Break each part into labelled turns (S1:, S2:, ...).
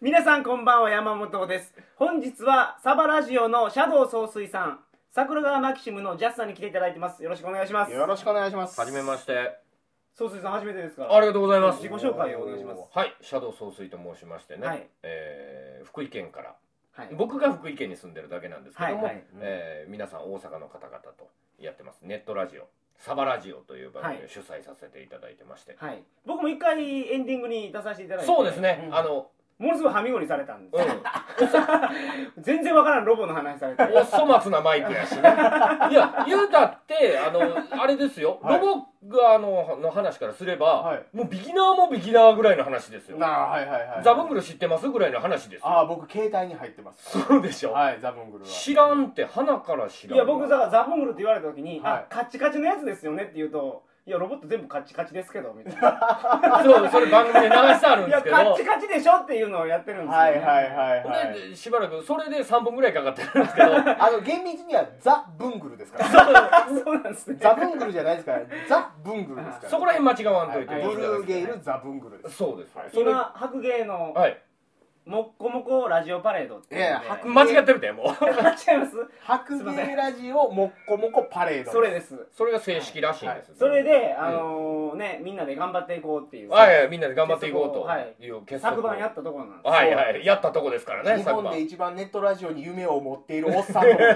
S1: 皆さんこんばんは山本です本日はサバラジオのシャドウ総帥さん桜川マキシムのジャスさんに来ていただいてますよろしくお願いします
S2: よろしくお願いします。
S3: はじめまして。
S1: 総帥さん初めてですから
S3: ありがとうございます。
S1: 自己紹介をお願いします
S3: はい、シャドウ総帥と申しましてね、
S1: はい
S3: えー福井県から、
S1: はい
S3: 僕が福井県に住んでるだけなんですけども、
S1: はいはい
S3: えー皆さん大阪の方々とやってますネットラジオサバラジオという番組
S1: は
S3: を主催させていただいてまして、
S1: はい僕も一回エンディングに出させていただいて
S3: そうですね、
S1: うん
S3: あの、
S1: ものすごいはみごにされたんで
S3: うん、
S1: す全然わからんロボの話されて
S3: おっそ松なマイク やしねいや言うたってあのあれですよ、
S2: はい
S3: ロボがあのの話からすれば、
S2: はい
S3: もうビギナーもビギナーぐらいの話ですよ
S2: なあ、はいはいはい。
S3: ザブングル知ってますぐらいの話ですよ
S2: ああ、僕、携帯に入ってます。
S3: そうでしょ、
S2: はい、ザブングルは。
S3: 知らんって鼻から知らん
S1: いや僕だからザブングルって言われた時に、
S2: はい
S1: あカッチカチのやつですよねって言うといやロボット全部カッチカチですけどみたいな
S3: そうそれ番組で流してあるん
S1: い
S3: で
S1: や
S3: すけど
S1: カッチカチでしょっていうのをやってるんですよ、ね、
S2: はいはいはい
S3: ほ
S2: はい。
S3: んでしばらくそれで3本ぐらいかかってるんですけど
S2: あの厳密にはザ・ブングルですから
S1: あ そうなんですね
S2: ザ・ブングルじゃないですからザ・ブングルですから
S3: そこら辺間違わんといて
S2: はい
S3: いただきた
S2: ブ
S3: い
S2: ルーゲイル・ザ・ブングルです
S3: そうです、それ
S1: 今白芸の
S3: はい
S1: 「もっこもこラジオパレード」っていうので
S2: いや白
S3: 間違ってるでもう
S1: 間違います
S2: 白芸ラジオもっこもこパレード
S1: それです
S3: それが正式らしいんです、
S1: それであのーねみんなで頑張っていこうっていう
S3: はいはいみんなで頑張っていこ
S1: はいう
S3: という結束
S1: 昨
S3: を
S1: 晩やったところなんです
S3: はいはいやったとこですからね
S2: 日
S3: 昨
S2: 本で
S3: 晩
S2: 一番ネットラジオに夢を持っているおっさんので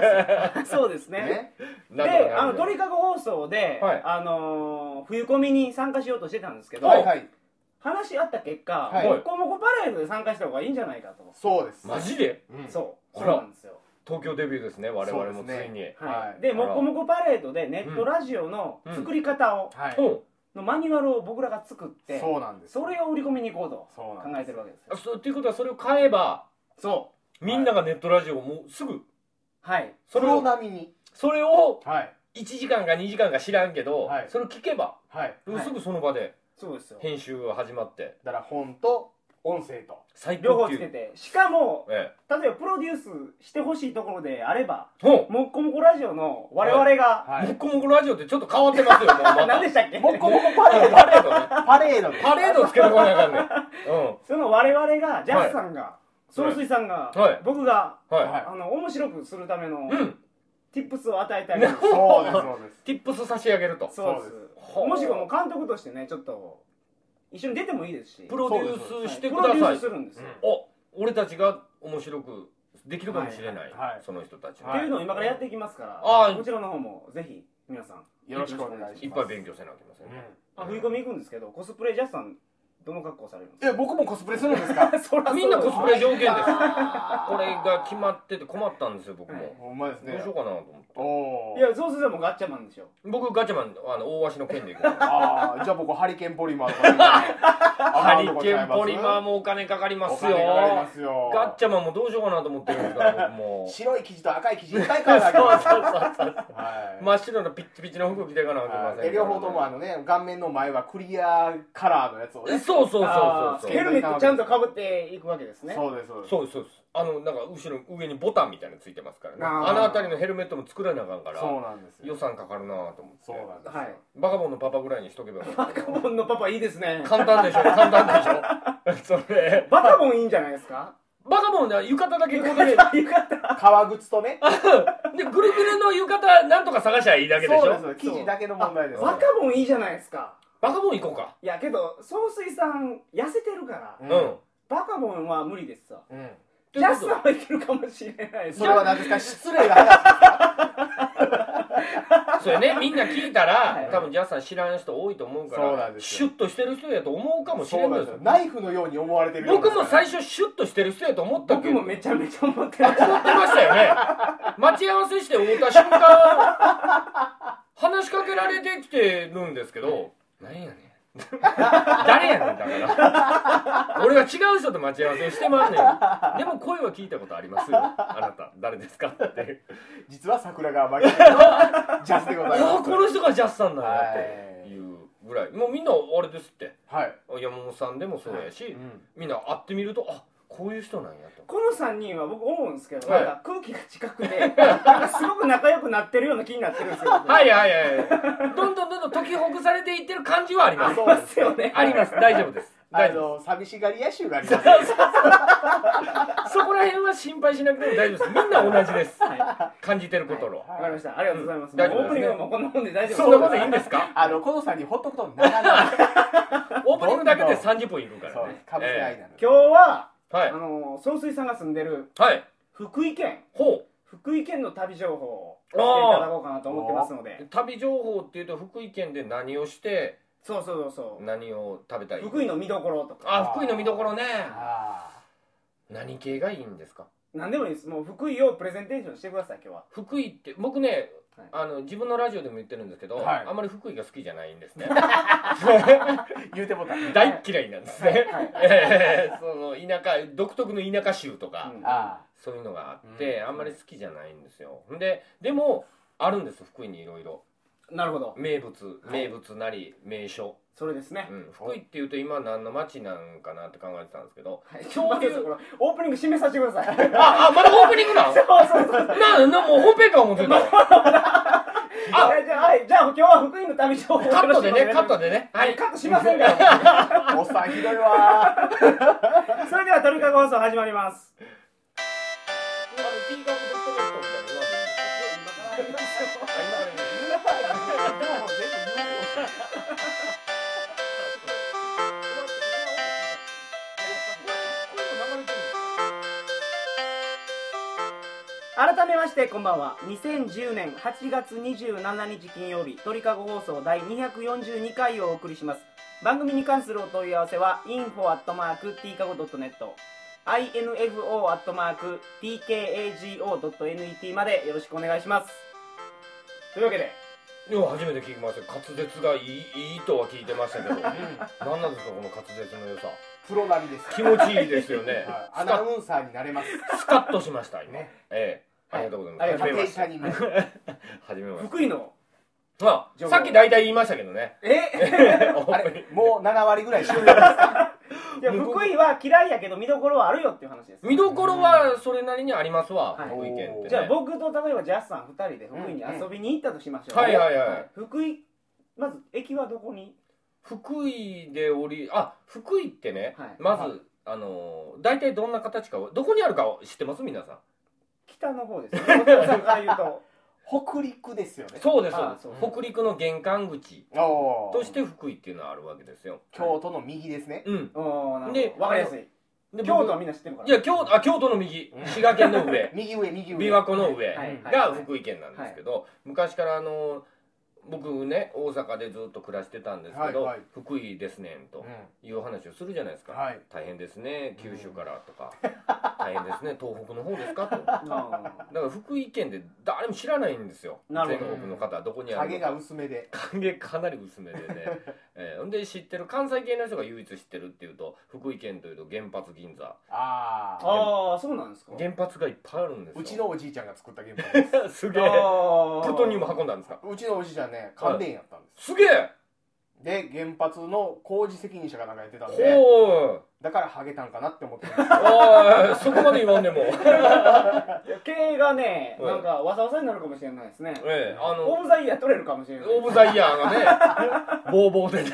S2: すよ
S1: そうですね
S2: ね
S3: な
S1: で
S3: んとかなるん
S1: あの鳥かご放送で、
S3: はい
S1: あのー冬コミに参加しようとしてたんですけど、
S2: はいはい
S1: 話し合った結果、
S2: はい
S1: もっこもこパレードで参加した方がいいんじゃないかと、
S2: そうです
S3: マジで
S2: うん
S1: そうそ
S3: ほ
S1: う
S3: ら
S1: なんですよ、
S3: 東京デビューですね我々もつ
S2: そうですね
S3: いに
S1: はい
S2: はい
S1: で
S3: あら
S1: もっこもこパレードでネットラジオの作り方を、
S2: はい
S3: うん
S1: のマニュアルを僕らが作って
S2: そうなんです
S1: それを売り込みに行こうと
S2: そう
S1: 考
S2: なんで
S1: え
S2: す
S1: てるわけですよ
S3: あそうっていうことはそれを買えば
S1: そ
S3: みんながネットラジオをもうすぐ
S1: うはい
S3: そ
S2: プ
S3: れを
S2: ロ並みに
S3: それを
S2: はい
S3: 1時間か2時間か知らんけど、
S2: はい
S3: それを聞けば
S2: はい
S1: はい
S3: すぐその場で
S1: そうですよ
S3: 編集が始まって
S2: だから本と音声と
S3: 最
S1: 両
S3: 高
S1: 方
S3: 級
S1: つけてしかも
S3: ええ
S1: 例えばプロデュースしてほしいところであれば
S3: ほ
S1: もっこもこラジオの我々が、
S3: う
S2: は
S3: もっ
S2: い
S3: こもこラジオってちょっと変わってますよもうま た
S1: 何でしたっけ
S2: もっこもこパレード
S3: パレードね
S2: パレードです
S3: パレードつけとかなあかん ねんう
S1: その我々がジャスさんが総帥、さんが、
S3: はい
S1: 僕が
S3: んはい、
S2: は
S1: あの面白くするための
S3: うん
S1: tips を与えたり、
S3: ね
S2: いそうですそうです
S3: Tips 差し上げると
S1: そうで
S2: そうです
S3: すはあ
S1: もしくはもう監督としてねちょっと一緒に出てもいいですし
S3: プロデュースしてくだ
S1: はいプロ
S3: さ
S1: デュー
S3: い
S1: スするんですよ、
S2: うん
S3: お俺たちが面白くできるかもしれない、
S2: はいはい
S3: その人たちの、
S1: っ
S2: は
S1: ていうのを今からやっていきますから、
S3: はい
S1: こちらの方もぜひ皆さん
S2: よろしくお願いします
S3: い、っぱい勉強せなきゃいけませんね、
S1: あ振り込み行くんですけどコスプレジャスさんどの格好されるんです
S2: え僕もコスプレするんですか
S1: か そらそう
S3: みんなコスプレ条 件ですこ
S2: こ
S3: れが決まってて困ったんですよ僕も、
S1: はい
S2: ほんまです
S3: どう
S2: ね
S3: しようかなと思って
S2: おお
S1: いやそうすればもうガッチャマンでしょ
S3: 僕ガチャマンあの大足の剣で行くから
S2: ああじゃあ僕ハリケーンポリマーとかハ
S3: ハリケーンポリマーもお金かかりますよ
S2: お金かかりますよ
S3: ガッチャマンもどうしようかなと思ってるんですから僕 も
S2: 白い生地と赤い生地いっぱい買わなきゃいけな
S3: そ
S2: い
S3: うそうそう
S2: はい
S3: 真っ白のピッチピチの服着ていかなきゃいけませんから
S2: で両方ともあのね顔面の前はクリアカラーのやつをね
S3: そうそうそう
S1: あ
S3: そ
S1: ー
S3: う
S1: ヘルメットちゃんとかぶっていくわけですね
S2: そうですそうで
S3: そうで
S2: す
S3: すそうですあのなんか後ろ上にボタンみたいなのついてますからね
S1: あ
S3: あ
S1: ー
S3: の辺りのヘルメットも作らなあかんから
S2: そうなんですよ
S3: 予算かかるなあと思って
S2: そうなんですよ
S1: はい
S3: バカボンのパパぐらいにしとけばよかっ
S1: バカボンのパパいいですね
S3: た簡単でしょ簡単で しょそれ
S1: バカボンいいんじゃないですか
S3: バカボンでは浴衣だけここで
S1: あよかった
S2: 革靴とね
S3: でぐるぐるの浴衣なんとか探しゃいいだけでし
S2: そうです
S3: ょ
S2: そうです生地だけの問題です
S1: バカボンいいじゃないですか
S3: バカボン行こうか
S1: いやけど総帥さん痩せてるから、
S2: う
S3: うんん
S1: バカボンは無理ですわ
S2: うん
S1: ジャスさんはいけるかもしれないです
S2: それは何ですか失礼な話
S3: そうやねみんな聞いたら
S1: い
S3: 多分ジャスさん知らん人多いと思うか
S2: そうなん
S3: ら
S2: です
S3: シ
S2: よ
S3: ュッとしてる人やと思うかもし
S2: そ
S3: れ
S2: うんな
S3: の
S2: ん
S3: で
S2: です
S3: す
S2: よ
S3: よ
S2: ナイフのように思われてるようです
S3: 僕
S2: から
S3: も最初シュッとしてる人やと思ったけ
S1: 僕
S3: ど
S1: もめちゃめちゃ思ってました
S3: 思ってましたよね待ち合わせして会うた瞬間話しかけられてきてるんですけど何やねん誰やねんだから俺は違う人と待ち合わせしてまんねんでも声は聞いたことありますよあなた誰ですかって
S2: 実は桜川マキシムのジャスでござい
S3: あ
S2: ま
S3: あ
S2: す
S3: この人がジャスさんなんだ
S2: は
S3: って
S2: い
S3: いうぐらいもうみんなあれですって
S2: はい、
S3: 山本さんでもそうやし、
S2: うん
S3: みんな会ってみるとあこういう人なんやと
S1: この3人は僕思うんですけど、
S3: はい
S1: なんか空気が近 くでなんかすごく仲良くなってるような気になってるんですよ僕
S3: はいはいはいどんどんどんどん解きほぐされていってる感じはあります
S1: ありますよね
S3: あります大丈夫です
S2: あ
S3: 大丈
S2: の寂しがり屋臭がありますよ
S3: そこら辺は心配しなくても大丈夫ですみんな同じです感じてることの、
S1: わかりました。ありがとうございます。
S3: 大丈夫
S1: オープニングもこんなもんで大丈夫
S3: そんなこといいんですか
S2: あのこのさんにほっとくとな かなか
S3: オープニングだけで30分いくから
S2: そう
S3: ね
S2: かぶせ合いなの、
S1: 今日は、
S3: えーは
S1: あ
S3: い
S1: の、総帥さんが住んでる
S3: はい
S1: 福井県、
S3: ほ
S1: 福井県の旅情報をしていただこうかなと思ってますの
S3: う
S1: で。
S3: 旅情報っていうと福井県で何をして
S1: そうそうそうそ
S3: 何を食べた
S1: う。
S3: い
S1: 福井の見どころとか。
S3: あ福井の見どころね
S2: あ
S3: 何系がいいんですか
S1: 何でもいいです。もう福井をプレゼンテーションしてください、今日は。
S3: 福井って僕ね、
S1: はい
S3: あの自分のラジオでも言ってるんですけど、
S2: はい
S3: あんまり福井が好きじゃないん ですね
S2: ー言うてもうた
S3: 大っ嫌いなんですね、
S1: はい
S3: えーその田舎独特の田舎州とか、
S1: うん
S2: あ
S3: そういうのがあって、
S2: うん
S3: あんまり好きじゃないんですよででもあるんです福井にいろいろ
S1: なるほど。
S3: 名物
S2: はい
S3: 名物なり名所、
S1: それですね
S3: う。ん、福井っていうと今何の町なんかなって考えてたんですけ ど
S1: はい、
S3: 恐竜
S1: まずこれオープニング締めさせてください。
S3: ああまだオープニングなん
S1: そうそうそう。
S3: ななもう本編か思ってたわあ
S1: えじゃあ、はい、じゃあ今日は福井の旅情報を
S3: カットで
S1: よろ
S3: ねカ
S1: しくお願いします
S3: ットでねは
S1: はい、
S3: い
S1: カットしませ んから。
S2: あおっさんひどいわ
S1: それでは、鳥かご放送始まります。改めまして、こんばんは。2010年8月27日金曜日、鳥かご放送第242回をお送りします。番組に関するお問い合わせは、info.tkago.net、info.tkago.net までよろしくお願いします。というわけで、
S3: いや初めて聞きましたよ滑舌がいいいいとは聞いてま したけど何なんですかこの滑舌の良さ
S2: プロ並みです
S3: 気持ちいいですよね
S2: は
S3: ス
S2: いア
S3: カ
S2: ナウンサーになれます
S3: スカッとしました今、
S2: ね
S3: ええ ありがとうございます
S1: ありがと
S3: 初
S1: うご
S3: めま
S1: ざい
S2: 家
S3: し
S2: 庭
S3: て
S2: に も
S3: 初めまして
S1: 福井の、
S3: まあさっき大体言いましたけど ね
S1: え
S2: あれもう7割ぐらい終了です
S1: いや福井は嫌いやけど見どころはあるよっていう話です。
S3: 見どころはそれなりにありますわ、
S1: はい
S3: 福井県って、ね、
S1: じゃあ僕と例えばジャスさん2人で福井に遊びに行ったとしましょう、
S3: はいはいはい
S1: 福井まず駅はどこに
S3: 福井で降りあ福井ってね、
S1: はい
S3: まず、
S2: は
S3: あのー大体どんな形かをどこにあるかを知ってます皆さん
S1: 北の方です ねお父さんから言うと
S2: 北陸ですよね
S3: そうです
S1: あ
S3: そう
S1: そ
S3: です北陸の玄関口
S2: おー
S3: として福井っていうのはあるわけですよ
S2: 京都の右ですね
S3: うん
S1: おーなるほど
S3: で
S1: わかりやすい
S3: で僕
S1: 京都はみんな知ってるか
S3: い
S1: ら
S3: や京あ京都の右
S2: うん
S3: 滋賀県 の上
S2: 右上右上
S3: 琵琶湖の上
S1: はいはい
S3: が福井県なんですけど、昔からあのー僕ね大阪でずっと暮らしてたんですけど、
S2: はいはい
S3: 福井ですねんと
S2: う
S3: いう話をするじゃないですか、
S2: んはい
S3: 大変ですね九州からとか、 大変ですね東北の方ですかと
S1: あ
S3: だから福井県で誰も知らないんですよ
S1: なるほど
S3: 全国の方はどこにある
S2: 影
S3: の
S2: が
S3: か
S2: 薄めで
S3: 影かなり薄めでね、 えーほんで知ってる関西系の人が唯一知ってるっていうと福井県というと原発銀座
S2: あ
S1: ー
S2: あ
S1: あーそうなんですか
S3: 原発がいっぱいあるんですよ
S2: うちのおじいちゃんが作った現場です
S3: すげえ
S1: 布
S3: 布団にも運んだんですか
S2: うちのおじいちゃんね関電やったんです
S3: すげえ
S2: で原発の工事責任者がなんかやってたん
S3: ほ
S2: で
S3: う
S2: だからハゲたんかなって思ってます
S3: おいそこまで言わんでも
S1: 系がね
S3: うん
S1: なんかわさわさになるかもしれないですね
S3: ええあの
S1: オブザイヤー取れるかもしれない
S3: オブザイヤーが ねボーボーでね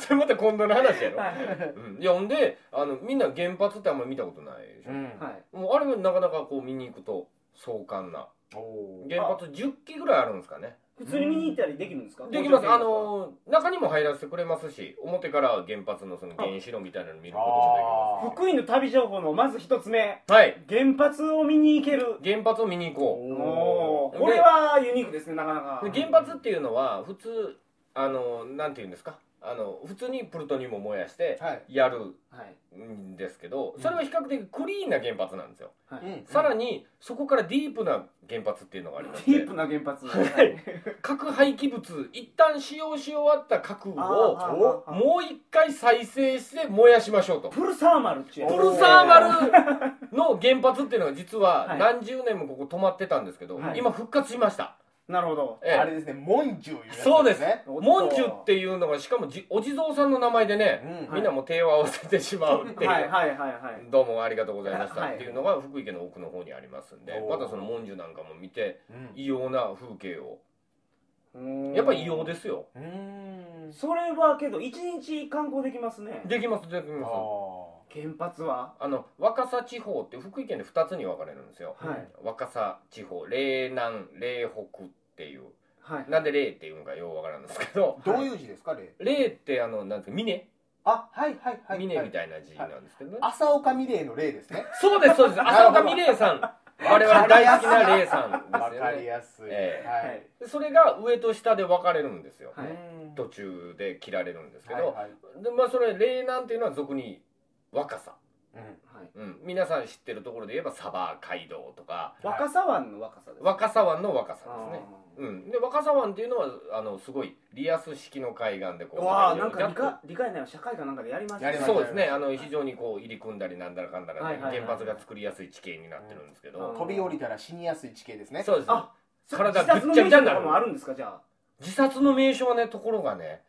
S3: それまた今度の話やろ、うん、いやほんであのみんな原発ってあんまり見たことないでしょ、
S2: ん
S1: はい
S3: もうあれもなかなかこう見に行くと壮観な
S2: おお
S3: 原発10基ぐらいあるんですかね
S1: 普通に見に行ったりできるんですか
S3: できますあの中にも入らせてくれますし表から原発のその原子炉みたいなの見ることも
S2: あ
S1: 福井の旅情報のまず一つ目
S3: できますはい
S1: 原発を見に行ける
S3: 原発を見に行こ
S1: おーこれはユニークですねなかなか
S3: うで原発っていうのは普通あのなんて言うんですかあの普通にプルトニウムを燃やして
S2: はい
S3: やる
S1: はい
S3: んですけどそれは比較的クリーンな原発なんですよ、
S2: うん
S3: さらにそこからディープな原発っていうのがありまして
S1: ディープな原発
S3: はい核廃棄物一旦使用し終わった核を
S1: あー
S3: おもう一回再生して燃やしましょうとプ
S1: プルサーマルっていう
S2: おー
S3: ルサーマルの原発っていうのは実は
S1: はい
S3: 何十年もここ止まってたんですけど、
S1: はい
S3: 今復活しました、
S1: なるほど
S3: ええ
S2: あれですねモンジュいうやつ
S3: そうです
S2: ね
S1: おっと
S3: モンジュっていうのがしかもじお地蔵さんの名前でね、
S2: うん
S3: みんなもう手を合わせてしまうっていう、
S1: はいはいはいはい
S3: どうもありがとうございました
S1: はい
S3: っていうのが福井県の奥の方にありますんで
S2: お
S3: ま
S2: ー
S3: たそのモンジュなんかも見て
S2: うん
S3: 異様な風景をやっぱり異様ですすよ
S2: うーん
S1: それはけど一日観光できますね
S3: できますできます
S2: あ
S1: 原発は
S3: あの若狭地方って福井県で2つに分かれるんですよ、
S1: はい
S3: 若狭地方霊南霊北っていう
S1: はい
S3: なんで霊っていうんかよう分からんですけど
S2: ーどういう字ですか例
S3: 霊ってあのなんですか峰
S2: あはいはいはい
S3: 峰み
S2: い
S3: たいな字なんですけどね、
S2: 朝岡美玲の例ですね
S3: そう ですそうです
S2: る
S3: 浅
S2: ほど
S3: 岡美玲さん我々大好きな霊さん
S2: わ
S3: ですよ
S2: か
S3: ね
S2: りやすい
S3: ええ
S1: は
S2: はいい
S3: でそれが上と下で分かれるんですよ、
S1: はいう
S2: ーん
S3: 途中で切られるんですけど、
S2: はいはい
S3: でまあそれ霊南っていうのは俗に若さ、
S2: うん
S1: はい
S3: うん、皆さん知ってるところで言えばサバ街道とか
S1: 若狭湾の若さです
S3: 若狭湾の若さですね
S1: あ
S3: うん、で若狭湾っていうのはあのすごいリアス式の海岸でこ
S1: ー
S3: う
S1: わあなん
S3: ジ
S1: か
S3: ャッ
S1: 理
S3: ク
S1: 科理科やない社会かなんかでやりました
S2: やりました
S3: そうですねあ
S2: は
S3: の
S1: い
S3: 非常にこう入り組んだりなんだらかんだら、
S1: はいはいはい
S3: 原発が作りやすい地形になってるんですけど、
S1: うん
S2: 飛び降りたら死にやすい地形ですね
S3: そうです
S1: あ
S3: 体
S1: 自殺の
S3: ぐっちゃぐちゃにな
S1: 名称
S3: る
S1: とかもあるんですかじゃあ
S3: 自殺の名称はねところがね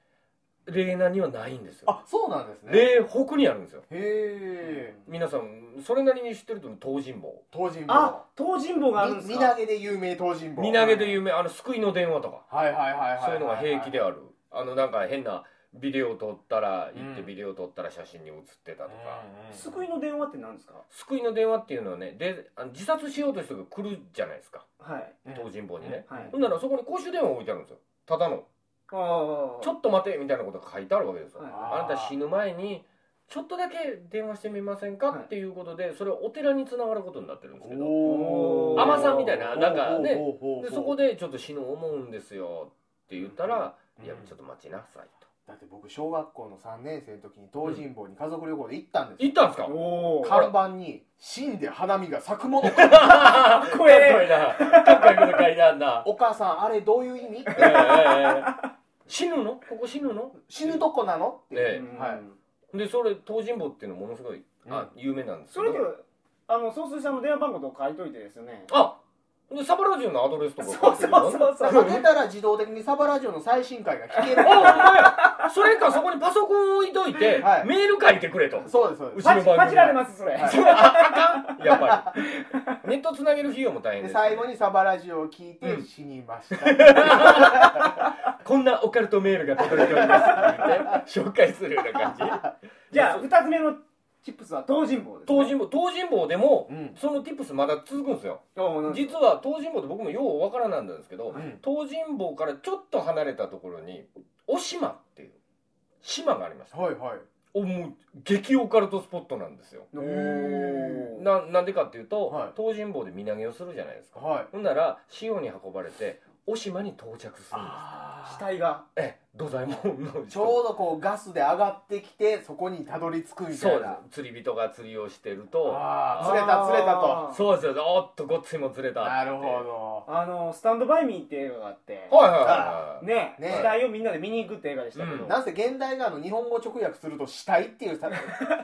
S3: 霊南にはないんですよ
S2: あそうなんですねへ
S3: 霊北にあるんですよ
S2: え
S3: 皆さんそれなりに知ってると思う東尋坊
S2: 東尋
S1: あ
S2: 坊
S1: 東尋坊があるんです
S2: み身
S1: か
S2: 投げで有名東尋坊
S3: 身投げで有名あの救いの電話とか
S2: はいはいはいはい
S3: そういうのが平気で
S2: は
S3: あるあのなんか変なビデオ撮ったら行って
S2: うん
S3: ビデオ撮ったら写真に写ってたとか、
S1: 救いの電話って何ですか
S3: 救いの電話っていうのはねであの自殺しようとしてが来るじゃないですか
S1: はい
S3: 東尋坊にね、
S1: はい
S3: ほんならそこに公衆電話置いてあるんですよただの
S1: ああ
S3: ちょっと待てみたいなことが書いてあるわけですよ、
S1: はい
S3: あなた死ぬ前にちょっとだけ電話してみませんか
S1: はい
S3: っていうことでそれをお寺につながることになってるんですけど
S2: おお
S1: 海女さん
S3: みたいななんかねで
S2: で
S3: そこでちょっと死ぬ思うんですよって言ったら、
S2: うん
S3: いやちょっと待ちなさいと
S2: だって僕小学校の3年生の時に東尋坊に家族旅行で行ったんですよ
S3: 行ったんですか
S1: おお
S3: かっ
S2: 看板に「死んで花見が咲くものか」
S3: か
S1: こえ
S3: いなかっこいいこと書いてあんな
S2: お母さんあれどういう意味?」
S3: ええ死ぬのここ死ぬの
S2: 死ぬとこなの?」って
S3: ええ
S2: いうはい
S3: でそれ東尋坊っていうのものすごい、あ有名なんですけ
S1: そ
S3: ど
S1: れであの総帥さんの電話番号とか書いといてですよね
S3: あでサバラジオのアドレスとか書いてる
S1: そうそうそうそう
S3: あ
S2: 当てたら自動的にサバラジオの最新回が聞ける
S3: ほんまやそれかそこにパソコン置いといて、
S2: はい
S3: メール書いてくれ と
S2: そうですそうで
S3: 後
S2: す
S3: ろ番組
S1: パチられますそれ、
S2: はい
S3: やっぱりネットつなげる費用も大変で
S2: です最後にサバラジオを聞いて
S3: うん
S2: 死にました、
S3: こんなオカルトメールが届いておりますって言って紹介するような感じ
S1: じゃあ二つ目のチップスは東尋坊です、ね、
S3: 東尋坊東尋坊でも
S2: うん
S3: その tips まだ続くんですよ
S1: おーなんです
S3: 実
S1: か
S3: は東尋坊って僕もようわからなんだんですけど、
S2: うん
S3: 東尋坊からちょっと離れたところにお島っていう島がありました
S2: はいはい
S3: おもう激オカルトスポットなんですよ
S1: おー
S3: ななんでかっていうと、
S2: はい
S3: 東尋坊で身投げをするじゃないですか
S2: はい
S3: ほんなら潮に運ばれてお島に到着するんです
S1: 死体が
S3: ええ土左衛門の人
S2: ちょうどこうガスで上がってきてそこにたどり着くみた
S3: そ
S2: いう
S3: で
S2: な
S3: す釣り人が釣りをしてると
S2: あー釣れた釣れたと
S3: そうですよおっとごっついも釣れた
S2: なるほ
S1: あのスタンドバイミーって映画があって
S3: はいはいはいはい
S1: ね
S2: ね
S1: 死体をみんなで見に行くって映画でしたけど、
S3: う
S2: ど
S3: ん
S2: なんせ現代があの日本語直訳すると「死体」っていうさ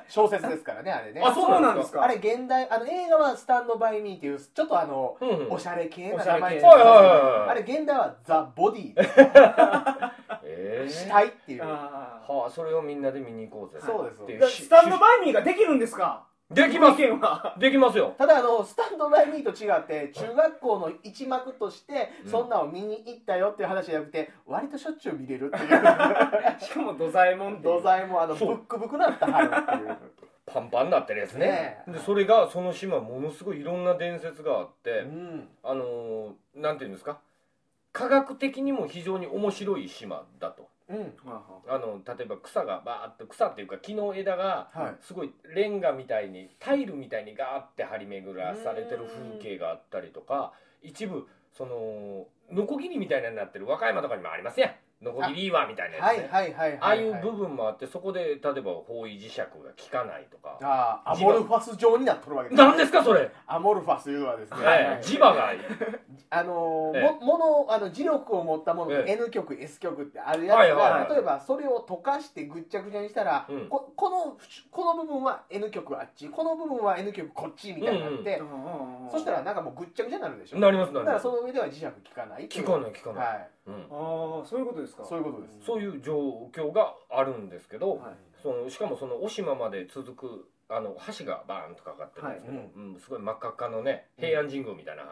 S2: 小説ですからね あれね
S3: あそうなん
S1: で
S3: ですす
S1: か
S2: あれ現代あの映画は「スタンド・バイ・ミー」っていうちょっとあの、
S3: うんうん
S2: おしゃれ系な
S1: おしゃれ
S2: 名
S1: 系
S2: 前
S1: はい
S3: はいはい
S2: あれ現代は「ザ・ボディ」
S3: ええ
S2: 死体っていう、
S1: あー
S3: はあそれをみんなで見に行こうぜ
S2: そうです
S3: ってい
S1: だ
S3: し
S1: スタンドバイミーができるんですか
S3: でき ます
S1: 福井県は
S3: できますよ
S2: ただあのスタンド・バイ・ミーと違って中学校の一幕として
S3: うん
S2: そんなを見に行ったよっていう話じゃなくて割としょっちゅう見れるっていう
S1: しかも土左衛門っていう
S2: 土材もあのブ
S3: そう
S2: ックブクなったはるっていう
S3: パンパンになってるやつね
S2: ねえ
S3: でそれがその島ものすごいいろんな伝説があって
S2: うん
S3: あのーなんていうんですか科学的にも非常に面白い島だと
S2: うん
S1: はあは
S3: あの例えば草がバーっと草っていうか木の枝が
S2: はい
S3: すごいレンガみたいにタイルみたいにガーって張り巡らされてる風景があったりとか一部そのノコギリみたいなのになってる和歌山とかにもありますやんノコギリ岩みたいなやつ、ね
S2: はいはいはいはい
S3: ああいう部
S2: 分
S3: 分もあってそこで例えば方位磁石が効かないとか
S2: あーアモルファス状になっとるわけ
S3: 何ですかそれ、
S2: アモルファスいうのはですね、
S1: はい
S3: ええ磁場が
S2: あのー
S3: ええ
S2: もものあの磁力を持ったもの
S3: え
S2: と
S3: え
S2: N 極 S 極ってあるやつが、
S3: はいはい
S1: はい
S2: 例えばそれを溶かしてぐっちゃぐちゃにしたら、
S3: うん
S2: ここのこの部分は N 極あっちこの部分は N 極こっちみたいになって、
S1: あ
S2: そしたらなんかもうぐっちゃぐちゃになるでしょ
S3: なりますな
S2: だ
S3: り
S2: か
S3: ま
S2: ら
S3: す
S2: そ
S3: 効
S2: の上では磁石効かないっていう
S3: かない効かない、
S2: は
S3: うん
S1: あ、ーそういうことですか
S2: い、そういうことです、
S3: そういう状況があるんですけど、
S1: はい
S3: そのしかもそのお島まで続くあの橋がバーンとかかってるんですけど、
S2: はい
S3: うんすごい真っ赤っかのね平安神宮みたいな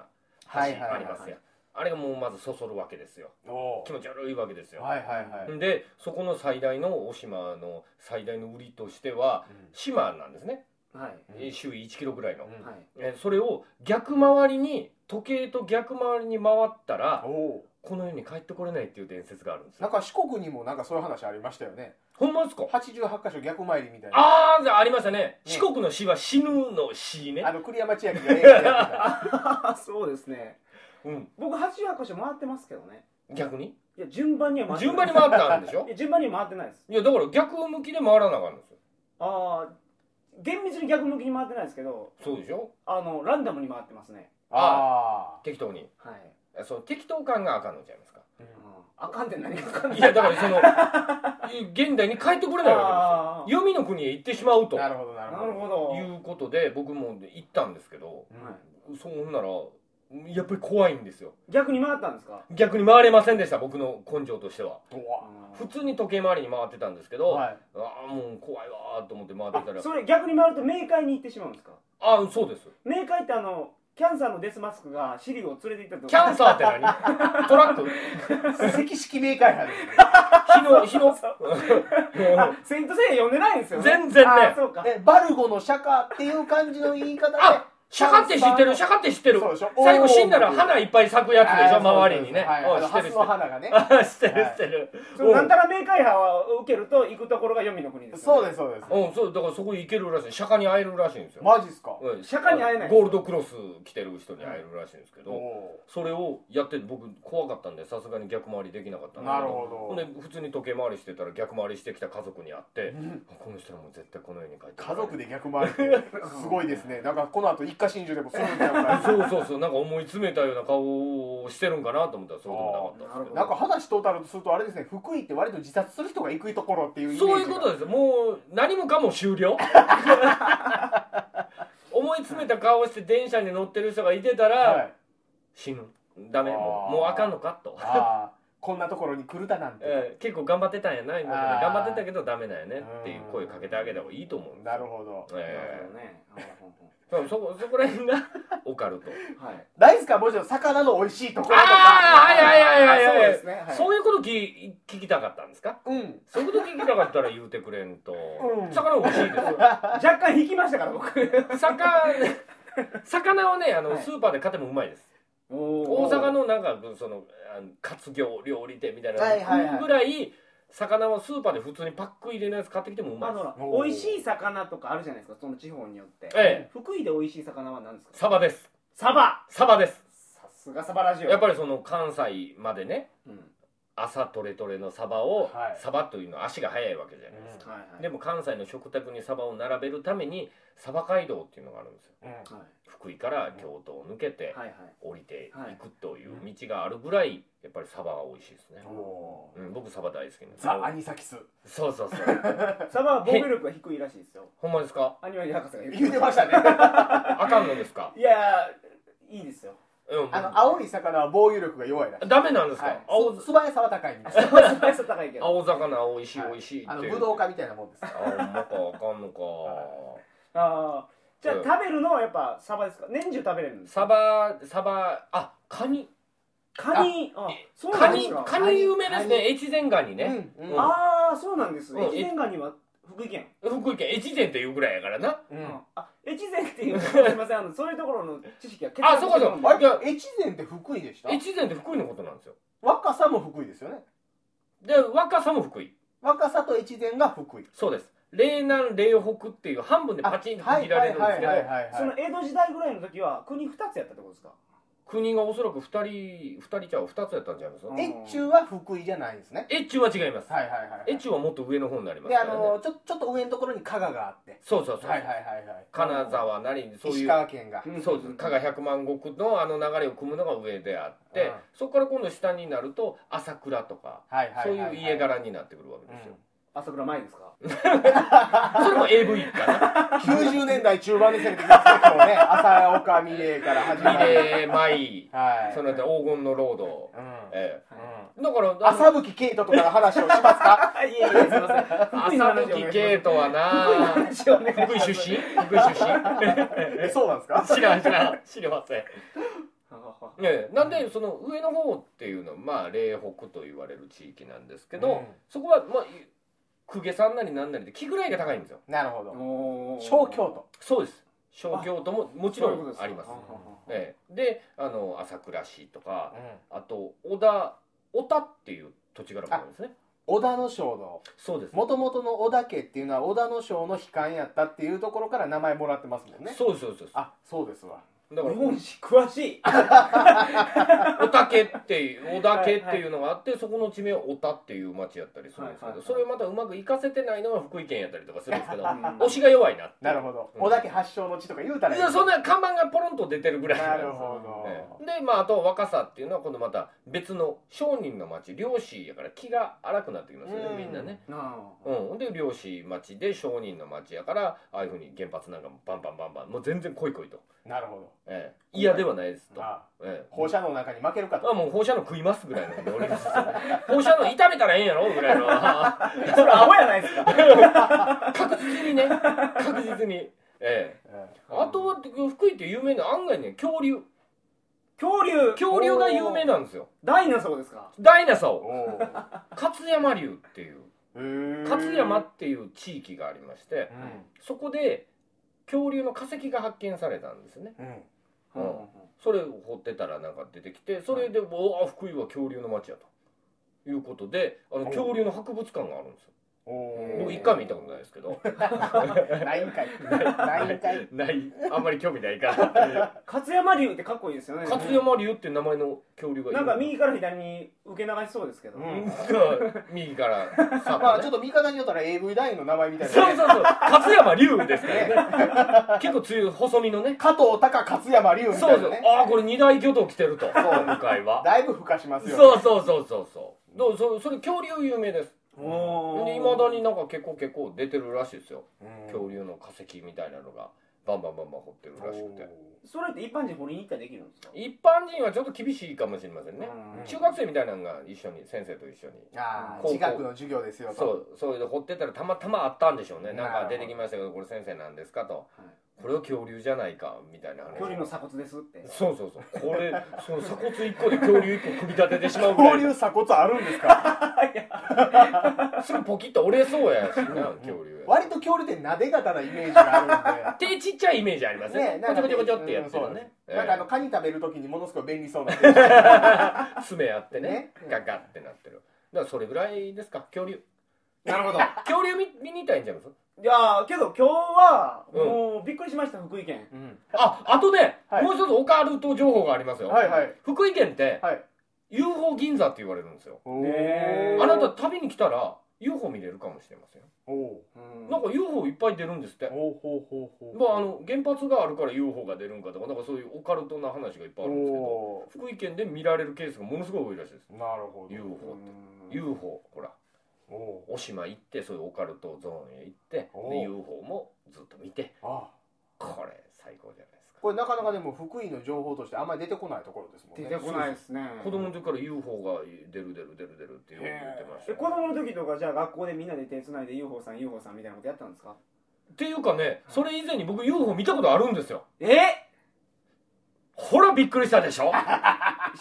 S3: 橋
S2: はいはいは
S3: あ
S2: い
S3: りますやん、あれがもうまずそそるわけですよ
S2: お
S3: 気持ち悪いわけですよ、
S2: はいはいはい、
S3: でそこの最大の大島の最大の売りとしては島なんですね、
S1: はい
S2: うん
S3: 周囲1キロぐらいの、
S2: うん
S1: はい
S3: えーそれを逆回りに時計と逆回りに回ったら
S2: お
S3: この世に帰ってこれないっていう伝説があるんです
S2: な
S3: よ
S2: んか四国にもなんかそういう話ありましたよね
S3: ほんまですか
S2: 88箇所逆参りみたいな
S3: あーありましたね四国の死は死ぬの死ね
S2: あの栗山千明が映画でやって た
S1: あそうですね
S3: うん
S1: 僕88箇所回ってますけどね
S3: 逆に
S1: いや順番には回ってない
S3: 順番に回ったんでしょ
S1: いや順番には回ってないです
S3: いやだから逆向きで回らなあかんんですよ
S1: ああ厳密に逆向きに回ってないですけど
S3: そうでしょ
S1: あのランダムに回ってますね
S2: あ
S3: 適当に
S1: はい、
S3: えそう適当感があかんのちゃい ますか
S2: ー
S1: うんあかんって何があかんの
S3: いやだからその現代に帰ってこれないわ
S1: あ
S3: けですよ黄泉の国へ行ってしまうと
S2: なるほどな
S1: ー
S2: る
S1: な
S2: ほ
S1: る
S2: ど
S1: ほど
S3: いうことで僕も行ったんですけど
S2: うん
S1: はい
S3: そんならやっぱり怖いんですよ
S1: 逆に回ったんですか
S3: 逆に回れませんでした僕の根性としては
S2: うわ
S3: 普通に時計回りに回ってたんですけど、
S2: はい
S3: ああもう怖いわーと思って回ってた
S1: あ
S3: ら
S1: それ逆に回ると冥界に行ってしまうんですか
S3: ああそうです
S1: 冥界ってあのキャンサーのデスマスクがシリを連れて行ったと
S3: キャンサーって何トラック
S2: 赤色明開派ですね
S3: 日の日の
S1: あセイントセイヤ読んでないんですよね
S3: 全然ね
S1: あそうか
S2: えバルゴの釈迦っていう感じの言い方で
S3: あシャカって知ってるシャカって知ってる
S2: そうでしょ
S3: 最後死んだら花いっぱい咲くやつでしょ
S2: あーそうそうそう
S3: 周りにね
S2: はい
S3: お
S2: あ
S3: い
S2: の
S3: 知ってる
S2: 蓮
S3: 知
S2: の花 がね
S3: ってる知ってる知ってる
S1: そのなんたら冥界派を受けると行くところが黄泉の国ですよ
S2: そ
S1: ね、
S2: うですそうです
S3: うんそうだからそこ行けるらしい釈迦に会えるらしいんですよ
S2: マジっすか
S3: うん
S1: 釈迦に会えない
S3: ゴールドクロス着てる人に会えるらしいんですけど、
S2: お
S3: それをやって僕怖かったんでさすがに逆回りできなかったん
S2: ー
S3: ですけ
S2: なるほ
S3: ほん
S2: ど
S3: で普通に時計回りしてたら逆回りしてきた家族に会って
S2: うん
S3: あこの人はもう絶対この世に帰って
S2: 家族
S3: で
S2: で逆回りってすごいですねなんかこの後一家心中でもするんちゃうか
S3: そうそうそうなんか思い詰めたような顔をしてるんかなと思ったらそうでもなかったんですけ
S1: あー
S3: ど
S2: なんか話トータルとするとあれですね福井って割と自殺する人が行くところっていうイメージが
S3: そういうことですもう何もかも終了 思い詰めた顔して電車に乗ってる人がいてたら、
S2: はい
S3: 死ぬダメ
S2: あー
S3: もうもうあかんのかと、
S2: ああこんなところに来るだなんて、
S3: えー結構頑張ってたんやな今ま
S2: あー
S3: で頑張ってたけどダメだよねっていう声かけてあげた方がいいと思う
S2: なるほど
S1: なる
S3: え
S1: ほどねあ
S3: ー、そこそこら辺が オカルト
S1: はい
S2: ないですかもちろん魚の美味しいところと
S3: あ
S2: か
S3: あはいはいはいはいはい
S1: そうですねはい
S3: そういうこと聞聞きたかったんですか
S2: うん
S3: そういうこと聞きたかったら言うてくれんと、
S2: うん
S3: 魚美味しいですよ
S1: 若干引きましたから僕
S3: 魚魚をねあの、
S1: はい
S3: スーパーで買ってもうまいです 大
S1: 大
S3: 阪のなんかそのあの活業料理店みたいな、
S2: はいはいはい
S3: ぐらい魚はスーパーで普通にパック入れのやつ買ってきてもうま
S1: あ
S3: いです
S1: の
S2: おー
S1: 美味しい魚とかあるじゃないですかその地方によって
S3: ええ
S1: 福井で美味しい魚は何ですか
S3: サバです
S1: サバ
S3: サバです
S1: さすがサバラジオ
S3: やっぱりその関西までね
S1: うんは
S3: 朝トレトレのサバを、
S2: はい
S3: サバというのは足が速いわけじゃない、
S1: いはい
S3: でも関西の食卓にサバを並べるためにサバ街道っていうのがあるんですよ
S2: うん
S1: はい
S3: 福井から京都を抜けて
S1: はいはい
S3: 降りていくという道があるぐらいやっぱりサバは美味しいですね、
S2: おー
S3: うん、僕サバ大好きなんです
S2: ザ・アニサキス
S3: そうそうそう。
S1: サバは防御力が低いらしいですよ
S3: ほんまですか。
S1: アニマル博士が言
S2: 言う
S1: う
S2: てましたね
S3: あかんのですか。
S1: いやいい ですよ
S3: うん。
S2: あの青い魚は防御力が弱いらしい、
S3: ダメなんですか。
S2: はい、
S3: 青
S2: 素早さは高いんです
S1: サバは高いけど
S3: 青魚美味しい
S2: はい
S3: 美味しいって。
S2: あのブドウ。科みたいなもんです
S3: あ、ほんまかあかんのか。
S1: ああじゃあ
S3: うん
S1: 食べるのはやっぱサバですか年中食べれるんですか
S3: サバサバあカニ
S1: カニあ
S3: え
S1: そうな
S3: カ
S1: んです
S3: ニ
S1: か
S3: カニ有名です
S2: カニ
S3: ね。越前ガニね。
S2: うん
S3: うん
S1: ああそうなんです
S3: うん
S1: 越前ガニは福井県
S3: 福井県越前っていうぐらいやからな。
S2: うん
S1: うんあ越前っていうすみませんあのそういうところの知識は結
S3: あそうかそうか
S2: あれ越前って福井でした
S3: 越前って福井のことなんですよ。
S2: 若さも福井ですよね
S3: で若さも福井。
S2: 若さと越前が福井
S3: そうです。嶺南嶺北っていう半分でパチンと区切られるんですけど
S2: はいはいはいはい
S1: その江戸時代ぐらいの時は国二つやったってことですか
S3: 国がおそらく二人二人ちゃう二つやったんじゃないですか
S1: うん。
S2: 越中は福井じゃないんですね
S3: 越中は違います。
S2: はいはいはい
S3: 越中はもっと上の方になります
S2: で
S3: か
S2: あ
S3: らね。
S2: のちょちょっと上のところに加賀があって
S3: そうそうそう。
S2: はいはいはいはい
S3: 金沢なりにそうい
S2: 石
S3: う。
S2: 川県が
S3: そうです加賀百万石のあの流れを組むのが上であって、
S2: うん
S3: そこから今度下になると朝倉とか、
S2: はいはいはい
S3: そういう家柄になってくるわけですよ、
S1: 朝倉舞ですか
S3: それも AV か
S2: 90年代中盤で攻めてきますね今日ね朝岡美玲から始ま
S3: な
S2: る
S3: リレー舞
S2: はい
S3: その後黄金のロード、
S2: うん
S3: え
S1: は
S2: う
S3: えだから
S2: ん朝吹圭斗とかの話をしますか
S1: いいえいえすみません
S3: 吹朝吹圭斗はな
S1: 福井の話をね
S3: 福井出身福井出身
S2: えそうなんですか
S3: 知らん知らん知りませんええなんでその上の方っていうのはまあ嶺北と言われる地域なんですけど、
S2: うん
S3: そこはまあい公家さんなりなんなりで気ぐらいが高いんですよ
S2: なるほど
S1: おー
S2: 小京都
S3: そうです小京都ももちろ
S1: そういうことで
S3: ん
S1: す
S3: あります
S2: はは
S3: ええ、であの朝倉市とか
S2: うん
S3: あと小田小田っていう土地柄もあるんですね
S2: 織田の庄の
S3: そうです
S2: もともとの織田家っていうのは織田の庄の悲観やったっていうところから名前もらってますもんね
S3: そうですそうですそうです
S2: あそうですわ
S3: だから
S1: 日本史詳しい
S3: 小田家っていう小田家っていうのがあってそこの地名は小田っていう町やったりするんですけ
S1: はいはいは
S3: ど
S1: い
S3: それをまたうまく活かせてないのが福井県やったりとかするんですけど
S1: うん
S3: 推しが弱いなって
S2: なるほど
S3: うん
S2: 織田家発祥の地とか言うたら
S3: い
S2: いい
S3: やそんな看板がポロンと出てるぐらい
S2: なん
S3: で
S2: る
S3: す
S2: ほど、
S3: ええでまああと若さっていうのは今度また別の商人の町漁師やから気が荒くなってきますよ
S2: うん
S3: ねみんなね
S1: なあ
S3: うん、で漁師町で商人の町やからああいうふうに原発なんかもバンバンバンバンもう全然来い来いと、
S2: なるほ
S3: ええ、嫌ではないですと
S2: ど、あ
S3: ええ、
S2: 放射能なんかに負けるか
S3: あ
S2: と
S3: もう放射能食いますぐらいのノリですよ放射能炒めたらええんやろぐらいの
S1: それアホやないですか
S3: 確実にね確実に、ええ、
S2: え
S3: あとは福井って有名な案外ね恐竜
S1: 恐竜
S3: 恐竜が有名なんですよ
S1: ダイナソーですか
S3: ダイナ
S2: え
S3: ソ
S2: おー
S3: ー勝山流っていう
S2: へー
S3: 勝山っていう地域がありましてそこで恐竜の化石が発見されたんですね
S2: うんうん
S3: うんそれを掘ってたらなんか出てきてそれで「うわあ福井は恐竜の町や」ということであの
S2: おう
S3: 恐竜の博物館があるんですよ
S2: おー
S3: 僕一回も行ったことないですけど
S2: ないんかいないんかい
S3: ないあんまり興味ないから
S1: 勝山竜ってかっこいいですよね
S3: 勝山竜っていう名前の恐竜がいる
S1: なんか右から左に受け流しそうですけど、
S2: う
S3: うんんそう右からさっとね
S2: まあちょっと見方によったら AV 団員の名前みたい
S3: そ
S2: な
S3: う
S2: ね
S3: そうそう勝山竜ですからね結構強い細身のね
S2: 加藤隆勝山龍みた
S3: そう
S2: い
S3: そ
S2: な
S3: う
S2: ね
S3: ああこれ二大魚頭来てると今回は
S2: だいぶ孵化しますよね
S3: そうそうそうそうそうどうそそれ恐竜有名です
S1: お
S3: いまだになんか結構結構出てるらしいですよ、
S2: うん
S3: 恐竜の化石みたいなのがバンバンバンバン掘ってるらしくて
S1: それって一般人掘りに行ったらできるんですか
S3: 一般人はちょっと厳しいかもしれませんね、
S1: うん
S3: 中学生みたいなのが一緒に先生と一緒に
S2: ああ
S3: 高校
S2: 地学の授業ですよと
S3: そうそれで掘ってたらたまたまあったんでしょうねなん
S2: なる
S3: か
S2: ほど
S3: 出てきましたけどこれ先生なんですかと、
S1: い
S3: これは恐竜じゃないかみたいな話
S1: 距離の鎖骨で すって
S3: そうそうそうこれ その鎖骨1個で恐竜1個組み立ててしまうぐら
S2: 交
S3: い
S2: 流鎖骨あるんですか
S3: すぐポキッと折れそうやしな恐竜や
S2: 割と恐竜ってなで方なイメージが あ
S3: 手ちっちゃいイメージありま
S2: るん
S3: す
S2: で
S3: ねこちょこちょこちょってやって
S2: うん
S3: る
S2: そう
S3: ね、ええ
S2: なんかあのカニ食べるときにものすごい便利そうな手してる
S3: 爪あってね
S2: ね
S3: ガガってなってるだからそれぐらいですか恐竜
S1: なるほど
S3: 恐竜見見に行ったらいいんじゃないです
S1: いやーけど今日は
S3: うん
S1: もうびっくりしました福井県
S3: かああとね、
S2: はい
S3: もう一つオカルト情報がありますよ
S2: はいはい
S3: 福井県って、
S2: はい
S3: UFO 銀座って言われるんですよ
S2: お
S1: ねえ
S2: ー
S3: あなた旅に来たら UFO 見れるかもしれませんよ
S2: おお
S3: なんか UFO いっぱい出るんですって
S2: おおほうほうほう
S3: まああの原発があるから UFO が出るんかとかなんかそういうオカルトな話がいっぱいあるんですけど
S2: お
S3: 福井県で見られるケースがものすごい多いらしいです
S2: ーなるほど
S3: UFO って
S1: うん
S3: UFO ほら
S2: おお
S3: お島行ってそういうオカルトゾーンへ行って
S2: おう
S3: で UFO もずっと見て
S2: あ
S3: これ最高じゃないですか
S2: これなかなかでも福井の情報としてあんまり出てこないところですもん
S1: 出
S2: ね
S1: てこないですね
S3: 子供の時から UFO が出る出る出る出るってよく言ってました
S1: え
S3: よ
S1: 子供の時とかじゃあ学校でみんなで手つないで UFO さん UFO さんみたいなことやったんですか
S3: っていうかねそれ以前に僕 UFO 見たことあるんですよ
S1: え
S3: ほらびっくりしたでしょ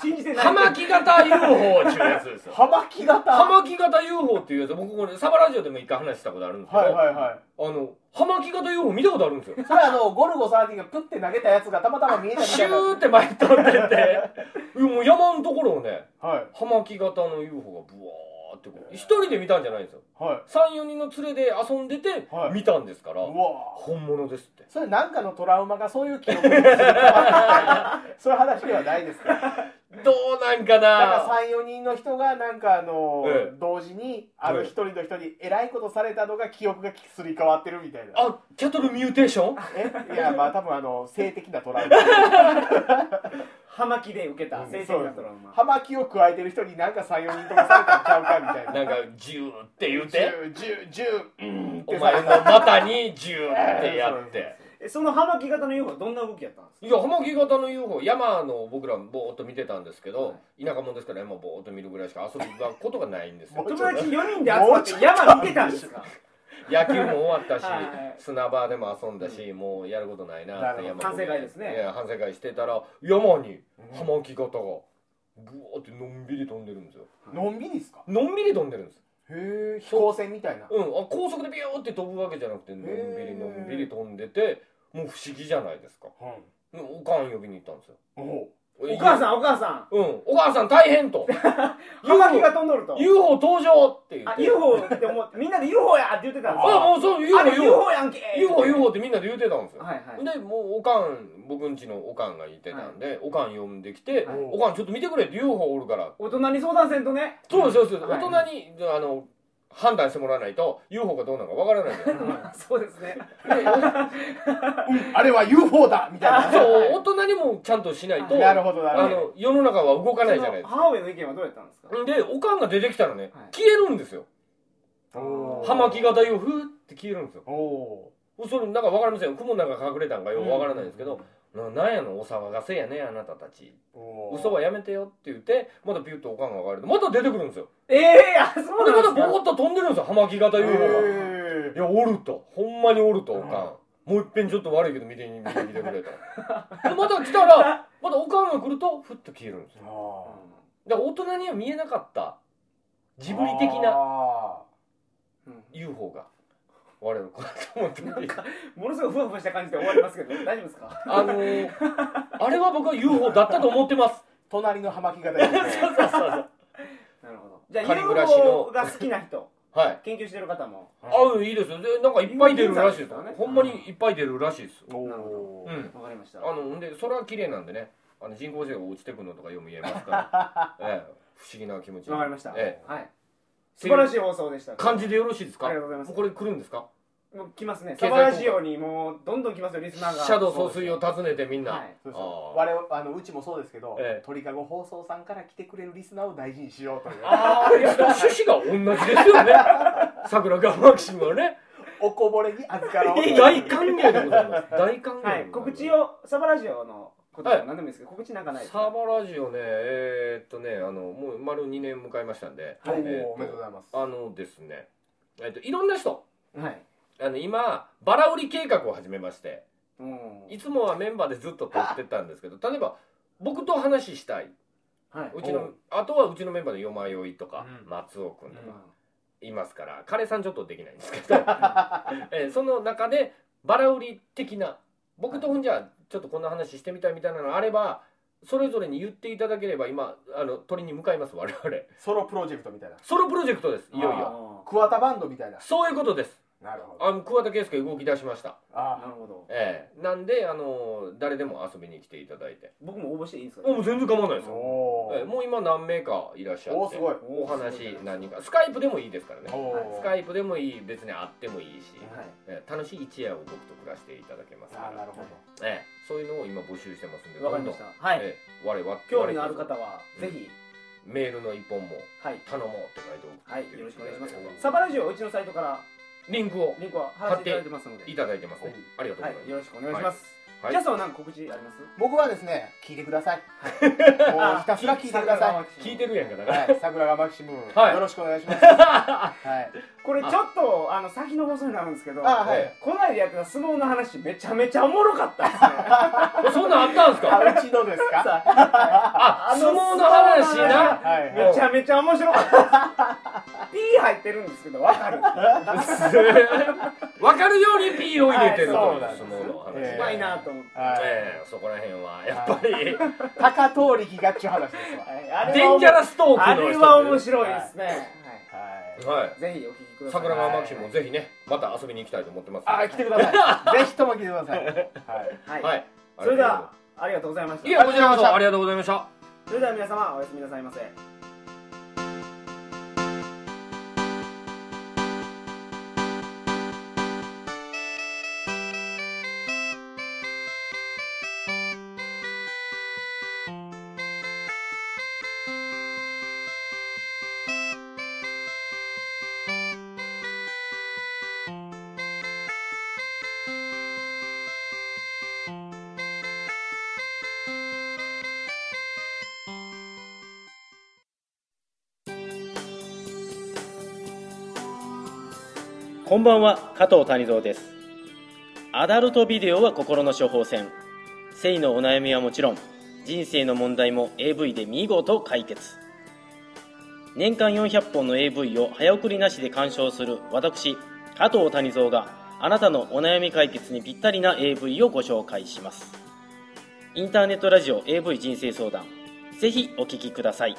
S1: 信じてない
S3: 葉巻型 UFO っていうやつですよ
S2: はばき型
S3: 葉巻型 UFO っていうやつ僕これサバラジオでも一回話したことあるんですけど、
S2: はいはいはい
S3: あの葉巻型 UFO 見たことあるんですよ
S2: それあのゴルゴ13がプッて投げたやつがたまたま見えたみ
S3: シ
S2: たいな
S3: ューって巻いとってていやもう山のところをね
S2: はい
S3: 葉巻型の UFO がブワーってこう一人で見たんじゃないんですよ
S2: はい
S3: 34人の連れで遊んでて
S2: はい
S3: 見たんですから、
S2: うわ
S3: 本物ですって
S2: それなんかのトラウマがそういう記憶に結びついて たそういう話ではないですか
S3: どうなんか
S2: だから
S3: な
S2: 34人の人がなんかあの、
S3: え
S2: 同時にある一人の人にえらいことされたのが記憶がすり替わってるみたいな
S3: あキャトルミューテーション
S2: えいやまあ多分あの性的なトラウ マ
S1: 葉巻で受けた
S2: うん
S1: 性的なトラウマ
S2: 葉巻を加えてる人になんか34人ともされたんちゃうかみたいな
S3: なんかジューって言うて
S2: ジュジュジュうん
S3: お前の股にジューってやって
S1: えその葉巻型の UFO はどんな動きやったんですか
S3: いや、ハマキ型の UFO、山の僕らぼーっと見てたんですけど、田舎者ですから山ぼーっと見るぐらいしか遊ぶことがないんですよ。
S2: もう
S1: 友
S2: ちょっと
S1: 達4人で集まって山見てたんですか
S3: 野球も終わったし
S1: はい
S3: 砂場でも遊んだし、もうやることないなって
S2: なるほ
S1: ど反省会ですね
S3: いや反省会してたら山に浜置き方がぐわーってのんびり飛んでるんですよ
S2: のんびりですか
S3: のんびり飛んでるんです
S2: へえ飛行船みたいな
S3: うん、あ高速でビューって飛ぶわけじゃなくてのんびりのんびり飛んでてもう不思議じゃないですかうんおかん呼びに行ったんですよ
S2: おお
S1: お母
S3: ん
S1: さんお母さん
S3: うんお母さん大変 と
S1: ハマキが飛んどると
S3: UFO 登場って言っ
S1: あ
S3: て
S1: UFO って思ってみんなで UFO やって言ってたんです
S3: あもうそう UFO
S1: あれ
S3: UFO
S1: UFO やんけ
S3: UFO UFO ってみんなで言ってたんですよ、
S1: はいはい
S3: でもうおかん僕んちのおかんが言ってたんで、おかん呼んできて、
S1: はい
S3: おかんちょっと見てくれって UFO おるから
S1: 大人に相談せんとね
S3: そうですそうです、
S1: はい
S3: 大人にあの判断してもらわないと UFO がどうなのかわからないじゃないですか
S1: そうですね
S2: あれは UFO だみたいな
S3: そう大人にもちゃんとしないと、
S2: なるほどな
S3: あ
S2: るほど
S3: の世の中は動かないじゃないです
S1: その
S3: か
S1: 母親の意見はどうやったんですか
S3: でおかんが出てきたらね、
S1: はい
S3: 消えるんですよ
S2: おー
S3: 葉巻型よふーって消えるんですよ
S2: おお
S3: それなんか分かりませんよ雲の中隠れたんかよく分からないんですけど、ななんやのお騒がせやねあなたたち嘘はやめてよって言ってまたピュッとおかんが上がるとまた出てくるんですよ
S1: ええあそう
S3: で
S1: な
S3: また
S1: んですか
S3: ボコッと飛んでるんですよ葉巻型 UFO がい
S2: へ
S3: やおるとほんまにおるとおかんもういっぺんちょっと悪いけど見て見てきてくれとでまた来たらまたおかんが来るとふっと消えるんですよだから大人には見えなかったジブリ的な
S2: な
S3: UFO が我々の子だと思って
S1: なんかものすごいふわふわした感じで終わりますけど大丈夫で すか
S3: あのー、あれは僕は UFO だったと思ってます
S2: 隣の葉巻型 UFO
S3: そうそうそう
S1: なるほどじゃあ
S3: 仮暮らしの
S1: UFO が好きな人
S3: はい
S1: 研究してる方も
S3: あいいですよでなんかいっぱい出るらしいです
S1: いいんですかね
S3: ほんまにいっぱい出るらしいです
S2: お
S1: なるほ
S2: お
S3: う。ん
S1: わかりました
S3: あのほんで空は綺麗なんでねあの人工知能が落ちてくるのとかよく見えます から、ええ、不思議な気持ち
S1: わかりました
S3: ええ、
S1: はい素晴らしい放送でした
S3: 感じでよろしいですか
S1: ありがとうございます
S3: もうこれ来るんですか
S1: もう来ますね
S3: 経
S1: サ
S3: 済
S1: バラジオにもうどんどん来ますよリスナーが
S3: シャドウ総帥を訪ねてみんな、
S1: はい
S2: そう
S3: あ
S2: そ
S3: ー
S2: う我々あのうちもそうですけど、
S3: ええ
S2: 鳥かご放送さんから来てくれるリスナーを大事にしようという
S3: ああ、いや、趣旨が同じですよ ね。桜川マキシムはね。
S2: おこぼれに預かろうという
S3: 大歓迎でございます。大歓迎。
S1: はい告知
S3: を。
S1: をサバラジオのことは何でもいいですけど告知なんかないです
S3: サ
S1: か
S3: バラジオね、えー、っとね、あの、もう丸2年迎えましたんで。
S2: おー
S3: えーっ
S2: おめでとうございます
S3: あのですね、えーっと、いろんな人。
S1: はい
S3: あの今バラ売り計画を始めまして
S1: うん
S3: いつもはメンバーでずっと撮ってたんですけど例えば僕と話したい
S1: はいう
S3: ち
S2: お
S3: の
S2: う
S3: あとはうちのメンバーでよまよいとか、
S2: うん
S3: 松尾君とか
S2: うん
S3: いますから彼さんちょっとできないんですけ ど、えーその中でバラ売り的な僕とほんじゃちょっとこんな話してみたいみたいなのあればそれぞれに言っていただければ今あの鳥に向かいます我々
S2: ソロプロジェクトみたいな
S3: ソロプロジェクトですいよいよ
S1: よ
S2: 桑田バンドみたいな
S3: そういうことです
S2: なるほ
S3: あ
S2: ど
S3: の桑田佳祐動き出しました
S1: な
S2: あ
S1: るほど
S3: ええなんであの誰でも遊びに来ていただいて
S1: 僕も応募していいんですか
S3: もう全然構わないです
S2: ー
S3: よ、
S2: お
S3: ええ
S2: ー
S3: もう今何名かいらっしゃって
S2: おーすごい
S3: お話何人かスカイプでもいいですからね
S2: おー
S3: スカイプでもいい別に会ってもいいし、
S1: はい
S3: ええ楽しい一夜を僕と暮らしていただけますか
S2: あーな
S3: ら、
S2: るほど
S3: ええそういうのを今募集してますんで
S1: わかりましたは
S3: え
S1: い
S3: え我々
S1: 興味のある方
S3: 我々うん
S1: はぜひ
S3: メールの一本も
S1: はい
S3: 頼もうって書いておく
S1: はいよろしくお願いします
S3: ええ
S1: サバラジオはうちのサイトから
S3: リンクを
S1: リンクは貼らせていただいてますので
S3: いただいてますね
S2: はい
S3: ありがとうございま
S1: はい
S3: す、
S1: よろしくお願いします
S3: はい
S1: ジャスは何か告知あります
S2: 僕はですね聞いて くださいもう
S1: あ
S2: ひたすら聞いてくださ
S3: 聞いてるやんかだ
S2: い
S3: から、
S2: はい桜川マキシム
S3: はい
S2: よろしくお願いしますはい
S1: これちょっとあの先の放送になるんですけど
S2: あはい
S3: え
S1: こないでやってた相撲の話めちゃめちゃおもろかったですね
S3: えそんなんあったんですか
S2: あうちのですか
S3: あ、
S1: あの
S3: 相撲の話
S1: 相撲の話
S3: な。
S2: はい
S1: めちゃめちゃ面白かったですピー入ってるんですけどわかる
S3: わかるようにピーを入れてると
S2: はいいうそうな
S3: 相
S2: んで
S3: 撲の話。
S1: う
S2: すええ
S1: まいなと思って
S2: はい
S3: ええそこら辺はやっぱり
S2: 高遠力がっちゅう話ですわ
S1: あれ
S3: デ
S1: は
S3: ンジャラストークの
S1: あ
S3: 一つ
S1: れは面白いですね
S2: はい
S3: はい。
S1: はいぜひお聞きください
S3: 桜川マキシムもぜひね、また遊びに行きたいと思ってます。
S2: あー来てくださいぜひとも来てくださいはい
S1: はい
S3: はい。
S1: それではありがとうございました
S3: ありがとうございます。いや、こちらこそありがとうございました。
S1: それでは皆様おやすみなさいませ
S4: こんばんは加藤谷蔵ですアダルトビデオは心の処方箋性のお悩みはもちろん人生の問題も AV で見事解決年間400本の AV を早送りなしで鑑賞する私加藤谷蔵があなたのお悩み解決にぴったりな AV をご紹介しますインターネットラジオ AV 人生相談ぜひお聞きください